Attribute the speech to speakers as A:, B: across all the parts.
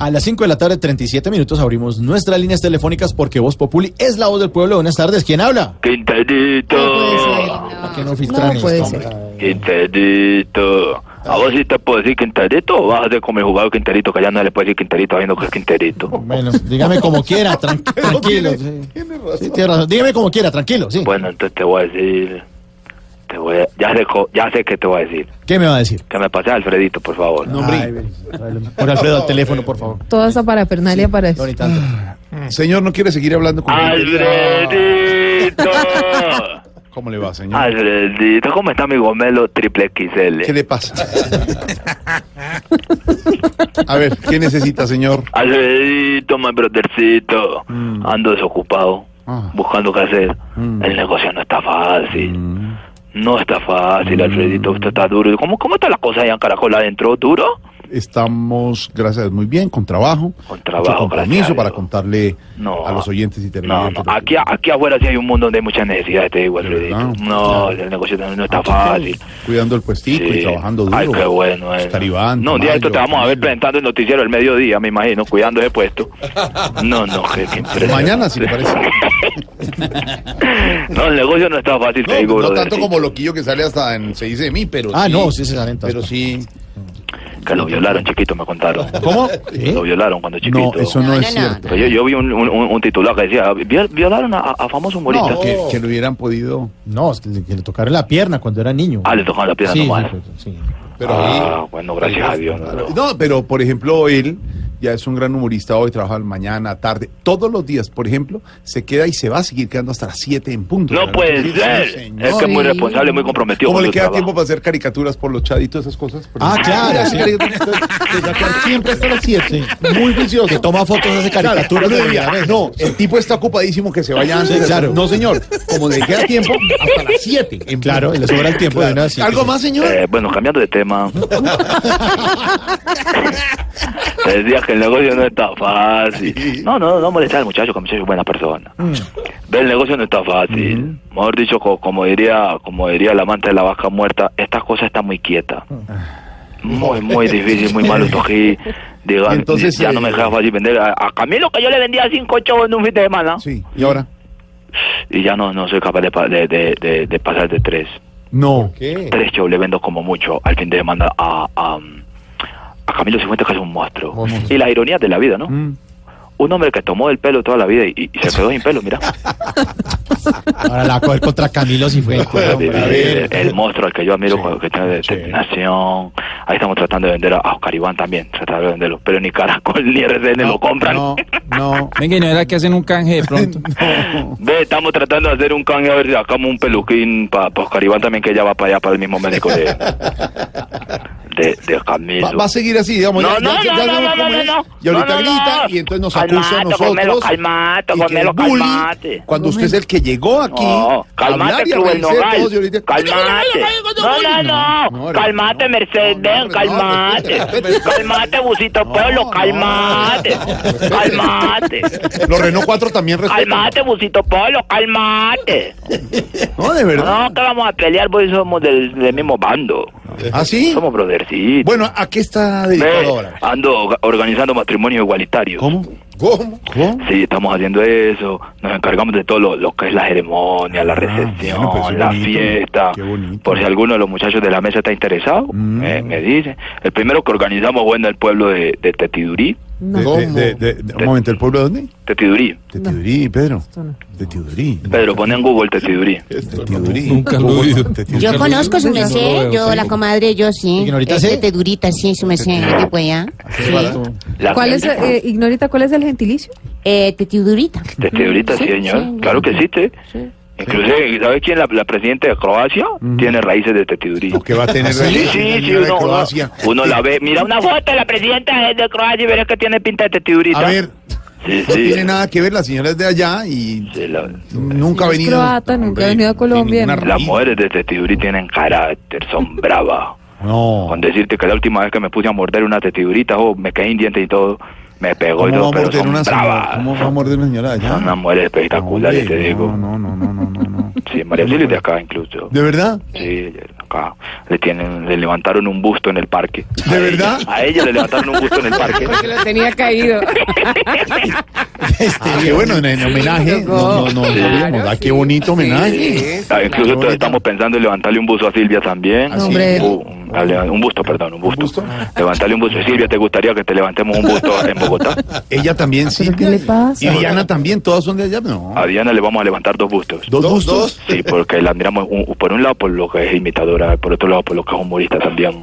A: A las 5 de la tarde, 37 minutos, abrimos nuestras líneas telefónicas porque Voz Populi es la voz del pueblo. Buenas tardes, ¿quién habla?
B: Quintanito,
A: ¿A que no filtran
C: Ah, No puede
A: esto,
C: ser.
A: hombre?
B: Quintanito. A vos sí te puedo decir Quintanito o vas a hacer como el jugador Quintanito, que ya no le puedes decir Quintanito, viendo que es Quintanito.
A: Bueno, dígame como quiera, tran- tranquilo. sí. Sí, tiene razón. Dígame como quiera, tranquilo, sí.
B: Bueno, entonces te voy a decir. Te voy a- ya, sé, co- ya sé que te voy a decir.
A: ¿Qué me va a decir?
B: Que me pase a Alfredito, por favor.
A: Por Alfredo, al teléfono, por favor.
C: Toda esa parafernalia para
A: No,
C: eso.
A: ni tanto.
D: Señor, no quiere seguir hablando con
B: ¡Alfredito!
D: ¿Cómo le va, señor?
B: Alfredito, ¿cómo está mi gomelo triple
D: ¿Qué
B: XL?
D: le pasa? A ver, ¿qué necesita, señor?
B: Alfredito, my brothercito. Ando desocupado,
D: Mm. Ah.
B: buscando qué hacer.
D: Mm.
B: El negocio no está fácil. No está
D: Mm.
B: fácil, Alfredito, esto está duro. ¿Cómo, cómo está la cosa allá en Caracol adentro? ¿Duro?
D: Estamos, gracias, a Dios, muy bien, con trabajo.
B: Con trabajo,
D: Mucho
B: gracias a
D: compromiso
B: Dios.
D: para contarle
B: No.
D: a los oyentes y
B: No,
D: televidentes.
B: no, aquí, aquí afuera sí hay un mundo donde hay muchas necesidades, te digo,
D: ¿De
B: Alfredito.
D: verdad? Ah,
B: No, el negocio no no está fácil.
D: Cuidando el puestico
B: Sí.
D: y trabajando duro.
B: Ay, qué bueno. eso.
D: Estaribán,
B: no, un día
D: Tamayo,
B: esto te vamos a ver
D: Camilo.
B: presentando el noticiero el mediodía, me imagino, cuidando ese puesto. No, no, qué, qué impresionante.
D: Mañana, si le parece.
B: no, el negocio no está fácil,
D: No,
B: te digo,
D: no
B: brother,
D: tanto
B: sí,
D: como loquillo que sale hasta en Se dice de mí, pero.
A: Ah,
D: sí,
A: no, sí se salen todas
D: Pero sí.
B: Que lo violaron, chiquito, me contaron.
A: ¿Cómo? ¿Eh?
B: Lo violaron cuando
D: ¿Eh? No,
B: chiquito.
D: eso no,
E: No,
D: es
E: no, no.
D: cierto.
B: Pero yo, yo vi un, un, un- un titular que decía, "Viol- violaron a, a famoso humorista.
D: No, que, que lo hubieran podido.
A: No, es que le, que le tocaron la pierna cuando era niño.
B: Ah, le tocaron la pierna
A: sí,
B: nomás.
A: sí, pues, sí.
D: Pero
B: Ah,
D: ahí-
B: bueno, gracias a Dios, no.
D: No, pero por ejemplo, él ya es un gran humorista hoy, trabaja mañana, tarde, todos los días, por ejemplo, se queda y se va a seguir quedando hasta las 7 en punto.
B: No puede
D: Sí,
B: ser.
D: señor.
B: Es que es muy
C: Sí.
B: responsable, muy comprometido.
D: ¿Cómo
B: con
D: le
B: su
D: queda
B: trabajo.
D: tiempo para hacer caricaturas por los chaditos, esas cosas? Por
A: Ah,
D: ejemplo.
A: claro,
D: Mira,
A: sí.
D: caricaturas, entonces, desde acá siempre hasta las 7.
A: Sí.
D: Muy vicioso.
A: Que toma fotos, hace caricaturas.
D: Claro,
A: de
D: yo diría,
A: la vez.
D: no, el tipo está ocupadísimo que se vaya antes.
A: Sí, claro.
D: No, señor. Como le queda tiempo, hasta las 7. en
A: Claro,
D: punto.
A: le sobra el tiempo de una vez, sí.
D: ¿Algo más, señor?
B: Eh, bueno, cambiando de tema. Te decía que el negocio no está fácil. No, no, no molestar al muchacho, que el muchacho es buena persona.
D: Mm.
B: Ver el negocio no está fácil. Mejor dicho, co- como diría como diría el amante de la vaca muerta, esta cosa está muy quieta.
D: Mm.
B: Muy, muy difícil, muy malo tojí. Diga,
D: Entonces,
B: ya no
D: eh,
B: me deja fácil vender. A, a Camilo que yo le vendía cinco chavos en un fin de semana.
D: Sí, ¿y ahora?
B: Y ya no, no soy capaz de, pa- de, de, de- de pasar de tres.
D: No.
B: tres shows le vendo como mucho al fin de semana a, a, um, a Camilo Cifuentes, que es un monstruo.
D: Monstruo.
B: Y las ironías de la vida, ¿no?
D: Mm.
B: Un hombre que tomó el pelo toda la vida y, y- y se quedó sin pelo, mira.
A: Ahora la va a coger contra Camilo si fue.
B: el, el- Eh, el monstruo al que yo admiro, que tiene determinación. Ahí estamos tratando de vender a, a Oscar Iván también, tratando de venderlo. Pero ni Caracol ni RCN lo compran.
D: No, no.
F: Venga, y no era que hacen un canje de pronto.
B: Ve, estamos tratando de hacer un canje, a ver si sacamos un peluquín para Oscar Iván también, que ya va para allá, para el mismo médico de, de, de Camilo.
D: Va, va a seguir así, digamos.
B: No,
D: ya-
B: no,
D: ya- ya
B: no, no,
D: sabemos
B: no,
D: cómo
B: no,
D: es,
B: no.
D: Y ahorita
B: No, no,
D: grita
B: no.
D: y entonces nos acusa a
B: Calmate,
D: nosotros.
B: Gomelo, calmate,
D: y que
B: Gomelo,
D: el bullying,
B: calmate.
D: Cuando usted es el que llegó aquí.
B: No,
D: a hablar
B: calmate,
D: y a
B: Club El
D: reírse de todos, y ahorita-
B: Nogal. Calmate. No, no, no.
D: No, no,
B: calmate,
D: no,
B: Mercedes.
D: no, no,
B: calmate.
D: respete, respete.
B: calmate, Busito
D: No,
B: Pueblo.
D: no,
B: Calmate.
D: respete.
B: calmate.
D: Los Renault 4 también respetan.
B: calmate, Busito Pueblo. Calmate.
D: No, de verdad.
B: No, que vamos a pelear, porque somos del, del mismo bando.
D: ¿Ah, sí?
B: Somos brothercitos.
D: Bueno, ¿a qué está
B: Ve, Ah.
D: dedicado ahora?
B: ando orga- organizando matrimonios igualitarios.
D: ¿Cómo? ¿Cómo? ¿Cómo?
B: Sí, estamos haciendo eso, nos encargamos de todo lo, lo que es la ceremonia, la
D: Ah,
B: recepción,
D: bueno, pues es
B: la
D: bonito,
B: fiesta.
D: qué bonito.
B: Por si alguno de los muchachos de la mesa está interesado,
D: Mm.
B: eh, me dice. El primero que organizamos fue en el pueblo de, de Tetidurí.
D: De- de- de- de- un momento, ¿el pueblo de dónde?
B: Tetidurí.
D: De Tidurí, Pedro. De Tidurí.
B: Pedro, pon en Google Tetidurí.
D: De Tidurí.
F: Nunca lo he oído.
D: De Tidurí.
F: Yo conozco su merced, yo, la
E: comadre, yo sí.
A: Ignorita, Este sí. te
E: durita, sí, su merced.
B: La
C: ¿Cuál es,
B: gente-
C: eh, Ignorita, cuál es el gentilicio?
E: Eh, tetidurita.
B: Tetidurita, sí, señor. Claro que existe. Inclusive, ¿sabes quién? La, la presidenta de Croacia tiene raíces de tetiduría.
D: ¿O que va a tener
B: Sí,
D: relación
B: sí,
D: con
B: sí,
D: la
B: uno, uno,
D: Croacia?
B: uno la ve. Mira una foto de la presidenta de Croacia y verás que tiene pinta de tetidurita.
D: A ver,
B: Sí,
D: no
B: sí.
D: tiene nada Mm. que ver, la señora es de allá y
B: Sí, la-
D: nunca ha
C: es
D: venido.
C: croata, nunca ha
D: hombre,
C: venido a
D: de
C: Colombia,
D: ninguna
C: ¿no?
B: Las
D: raíz.
B: mujeres de tetidurita tienen carácter, son bravas.
D: No.
B: Con decirte que la última vez que me puse a morder una tetidurita, oh, me caí en dientes y todo, me pegó y todo,
D: ¿Cómo va a
B: pero
D: morder
B: son
D: una señora?
B: bravas.
D: ¿Cómo va a morder una señora de allá?
B: Son unas mujeres espectaculares,
D: Hombre,
B: te digo.
D: No, no, no, no, no, no, no.
B: Sí, María Auxilio es de acá incluso.
D: ¿De verdad?
B: Sí, acá. Le, tienen, le levantaron un busto en el parque.
D: ¿De
B: A
D: verdad?
B: ella- a ella le levantaron un busto en el parque.
C: Lo tenía caído.
D: Este, qué bueno, en, en homenaje. No, no, no, no, digamos, ah, qué bonito homenaje.
B: Ah, incluso
D: bonita.
B: estamos pensando en levantarle un buzo a Silvia también.
D: ¿Ah, sí? Hombre.
B: Uh, un, a le- un busto, perdón, un busto. Levantarle un busto. Silvia, ¿te gustaría que te levantemos un busto en Bogotá?
D: Ella también, sí.
C: qué le pasa?
D: Y Diana también, todas son de allá. No.
B: A Diana le vamos a levantar dos bustos.
D: ¿Dos gustos?
B: Sí, porque la admiramos un- por un lado por lo que es imitadora, por otro lado por lo que es humorista también.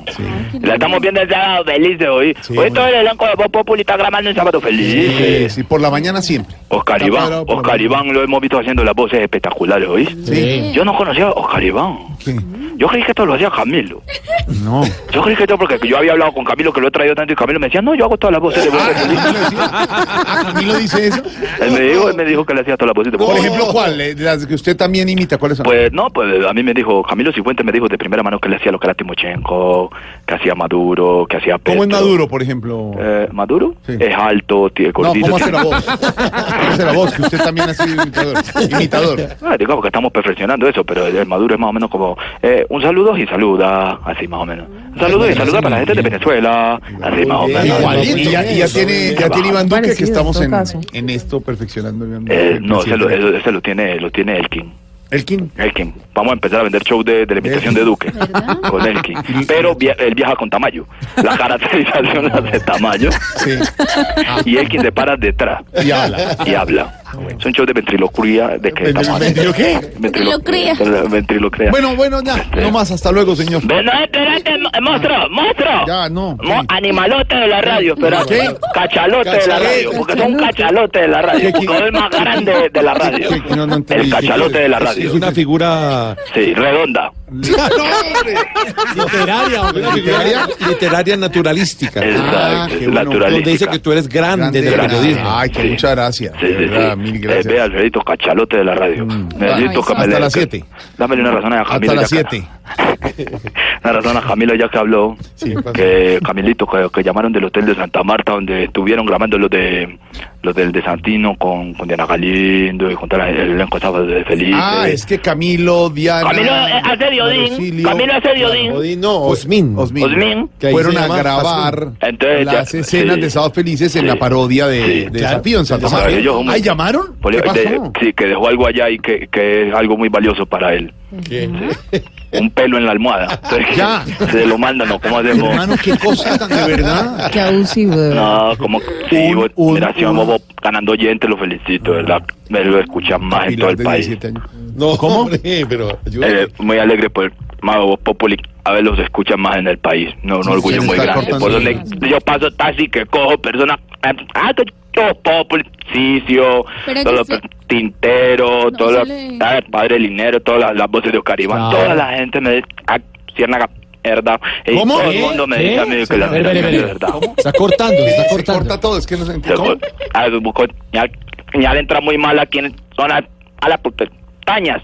B: La estamos viendo el sábado feliz de hoy.
D: Sí,
B: hoy
D: bueno.
B: todo el elenco de Voz Populi está grabando un sábado feliz.
D: Sí, sí, por la mañana siempre.
B: Oscar
D: Está
B: Iván,
D: cuadrado por la
B: Oscar
D: mañana.
B: Iván lo hemos visto haciendo las voces espectaculares hoy.
D: Sí.
B: Yo no conocía a Oscar Iván.
D: ¿Qué?
B: Yo creí que esto lo hacía Camilo.
D: No.
B: Yo creí que esto porque yo había hablado con Camilo que lo he traído tanto y Camilo me decía, no, yo hago todas las voces de Voz
D: Ah,
B: Populi.
D: Camilo decía- ah, Camilo dice eso.
B: Él me dijo, él me dijo que le hacía todas las voces de Voz
D: Ah. Por
B: Populi.
D: ejemplo, ¿cuál? Eh, Las que usted también imita, ¿cuáles son?
B: Pues no, pues a mí me dijo, Camilo Cifuentes me dijo de primera mano que le hacía lo que era Timochenko, que hacía Maduro, que hacía Petro.
D: ¿Cómo es Maduro, por ejemplo?
B: Eh, ¿Maduro?
D: Sí.
B: Es alto, tiene
D: No,
B: gordito.
D: ¿cómo
B: tiene-
D: hace la voz? ¿Cómo hace la voz? Que usted también ha sido imitador. Imitador.
B: Ah, digamos que estamos perfeccionando eso, pero el Maduro es más o menos como eh, un saludo y saluda, así más o menos. Un saludo y saluda para la gente de Venezuela, así más o menos. Eh,
D: Igualito. Y ya, y ya tiene, ya tiene Iván Duque que
C: Parecido,
D: estamos
C: en
D: en,
C: todo caso.
D: en esto perfeccionando. Iván Duque,
B: Eh,
D: el
B: no, ese lo,
D: presidente.
B: ese- ese lo tiene, lo tiene Elkin.
D: Elkin.
B: Elkin. Vamos a empezar a vender show de, de la imitación de Duque. Con Elkin. Pero via- él viaja con Tamayo. La caracterización la hace Tamayo.
D: Sí.
B: Y Elkin se para detrás.
D: Y habla. Ah,
B: y habla. Son shows de ventriloquía de que estamos
D: ¿Ventriloquía qué?
B: Ventriloquía. Ventriloquía.
D: Bueno, bueno, ya. No más. Hasta luego, señor.
B: Ven, no, espérate, mo- monstruo, monstruo.
D: Ya, no.
B: Mo-
D: ¿Qué?
B: animalote de la radio, espérate.
D: ¿Qué?
B: Cachalote de la radio, porque son un cachalote de la radio.
D: ¿Qué, qué?
B: No el más grande de la radio.
D: ¿Qué, qué? No, no entendí.
B: el cachalote de la radio.
G: figura
B: Sí, redonda.
D: Ah,
G: literaria,
D: una figura
G: literaria naturalística.
D: Ah,
B: Exacto,
D: qué bueno.
B: naturalística.
G: eres
D: Grande, grande. Ay, que
B: Sí.
D: muchas gracias.
B: Sí,
D: de
B: sí,
D: verdad,
B: sí.
D: Mil
B: Eh, ve,
D: gracias. Mm.
B: Alfredito, cachalote de la radio. Necesito que me
D: hasta
B: le-
D: las
B: que-
D: siete.
B: Dámele una razón a Camilo.
D: Hasta las
B: ya que-
D: 7.
B: Una razón a Camilo ya que habló.
D: Sí, pasa.
B: que Camilito, que, que llamaron del hotel de Santa Marta, donde estuvieron grabando los de los del de Santino con, con Diana Galindo y con toda la- el elenco estaba de Feliz.
D: Ah, es que Camilo, Diana.
B: Camilo, eh, hace de Odín.
D: Marcilio,
B: Camilo hace de Odín.
D: Odín, no, Osmin. Osmin.
B: Osmin.
D: Que ahí Fueron se llama a grabar
B: Osmin. Entonces,
D: las
B: ya-
D: escenas
B: sí.
D: de Sábado Felices en
B: Sí.
D: la parodia de,
B: Sí.
D: de Desafío en Santa
B: Claro,
D: Marta.
B: ellos son muy-
D: ¿Ah, llamaron?
B: Poli-
D: ¿Qué pasó?
B: de- sí, que dejó algo allá y que, que es algo muy valioso para él. Sí. Un pelo en la almohada. Entonces,
D: Ya.
B: Se lo mandan, ¿no? ¿Cómo hacemos?
D: Hermano, qué cosa tan de verdad.
C: Qué abusivo. de verdad.
B: No, como sí,
D: Un-
B: vos-
D: un-
B: mira, si
D: un-
B: vamos vos ganando oyentes, lo felicito, de ¿verdad? Me lo escuchan más en todo el
D: de
B: país.
D: 17 años. ¿Cómo? pero
B: Eh, muy alegre por Mago Voz Populi, a ver, los escuchan más en el país. No, un
D: Sí, se
B: orgullo
D: le
B: muy
D: está
B: grande. Por
D: cortando
B: donde yo paso taxi que cojo personas. eh, Ah, que yo, Populi, Cicio,
E: Pero
B: todo
E: yo
B: lo-
E: sé-
B: Tintero, todo lo-
E: sale-
B: ah, Padre Linero, todas las, las voces de Oscar Iván,
D: Claro.
B: toda la gente me dice, ah, Ciérnaga, verdad. Y
D: ¿Cómo?
B: todo el mundo me dice a mí que la
D: Espere,
B: admiración
D: espere,
B: es verdad.
A: Está cortando, está
D: Se
A: cortando.
D: corta todo, es que no se entiende.
B: Luego, a- ah, busco- ya, ya le entra muy mal a quienes son a, a las pestañas.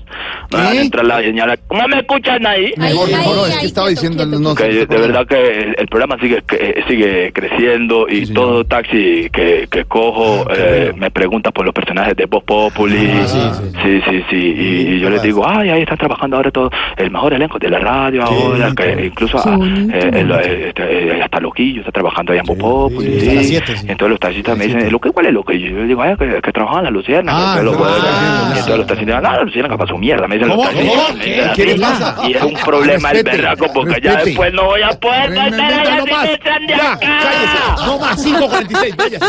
B: No,
D: ¿Qué?
B: le Ah, entra la señal. ¿Cómo me escuchan ahí?
D: Mejor,
E: Ay,
D: mejor,
E: ay,
D: es
E: ay,
D: que estaba
E: quieto,
D: diciendo
E: quieto,
D: no
B: Que
D: sé,
B: de
D: por favor.
B: verdad que el, el programa sigue que- sigue creciendo y
D: Sí, señor.
B: todo taxi que, que cojo
D: Ah, qué
B: eh,
D: bueno.
B: me pregunta por los personajes de Voz Populi.
D: Ah,
B: sí,
D: sí,
B: sí, sí. Y, y yo les digo, ay, ahí está trabajando ahora todo el mejor elenco de la radio
D: Qué
B: ahora, que
D: bonito.
B: incluso a- eh, el- eh, este, eh, hasta Loquillo está trabajando allá en Voz Populi.
A: hasta las siete, sí.
B: Entonces los taxistas me dicen, ¿lo que, ¿cuál es Loquillo? Yo digo, ay, que, que trabajan en la Lucierna.
D: Ah,
B: entonces, los,
D: ah, ah,
B: entonces los taxistas, no, la Lucierna capaz su mierda. Me dicen los
D: ¿Cómo?
B: taxistas.
D: ¿Cómo?
B: Me dicen
D: ¿Qué le
B: así.
D: pasa?
B: Y es un problema
D: Respete,
B: el berraco porque ya
D: respete.
B: después no voy a poder
D: No, no,
B: volver
D: no,
B: allá
D: no
B: si
D: más.
B: me echan de
D: Ya,
B: acá.
D: cállese. No más, 546, vaya.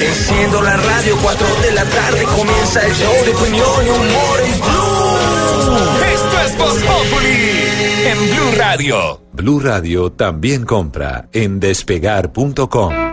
G: Enciendo la radio, 4 de la tarde comienza el show de opinión y humor en Blue. Esto es Voz Populi en Blue Radio.
H: Blue Radio también compra en despegar.com.